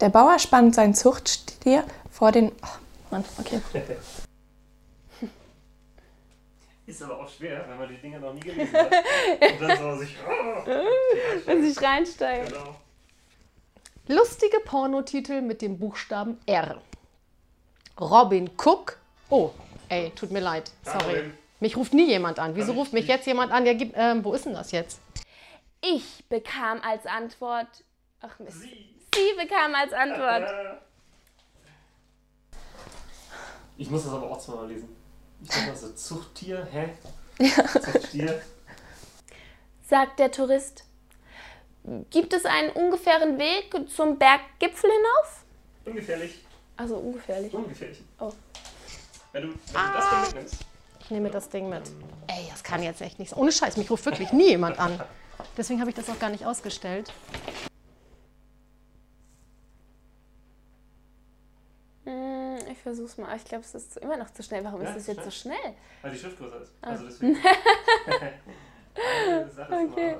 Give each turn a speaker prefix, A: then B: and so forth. A: Der Bauer spannt seinen Zuchtstier vor den. Oh, Mann, okay.
B: Ist aber auch schwer, wenn man die Dinger noch nie gelesen hat. Und dann soll man sich. oh,
C: Wenn sich reinsteigt.
B: Genau.
C: Lustige Pornotitel mit dem Buchstaben R. Robin Cook. Oh, ey, tut mir leid.
B: Kein
C: Sorry.
B: Problem.
C: Mich ruft nie jemand an. Wieso
B: Kann ich
C: ruft mich
B: nicht-
C: jetzt jemand an? Ja, gib, ähm, wo ist denn das jetzt?
D: Ich bekam als Antwort. Ach Mist. Sie,
B: Sie.
D: bekam als Antwort.
B: Ich muss das aber auch zweimal lesen. Ich dachte, das ist Zuchttier, hä? Zuchttier.
D: Sagt der Tourist. Gibt es einen ungefähren Weg zum Berggipfel hinauf?
B: Ungefährlich.
D: Also ungefährlich.
B: Ungefährlich.
D: Oh. Ah.
B: Wenn du, wenn du das Ding mitnimmst.
C: Ich nehme das Ding mit. Ey, das kann jetzt echt nicht sein. Ohne Scheiß, mich ruft wirklich nie jemand an. Deswegen habe ich das auch gar nicht ausgestellt.
D: Hm, ich versuch's mal. Ich glaube, es ist immer noch zu schnell. Warum
B: Ja,
D: ist es jetzt so
B: ist
D: schnell?
B: Weil die Schrift größer ist. Also deswegen. Eine Sache ist immer
D: Ah. Okay.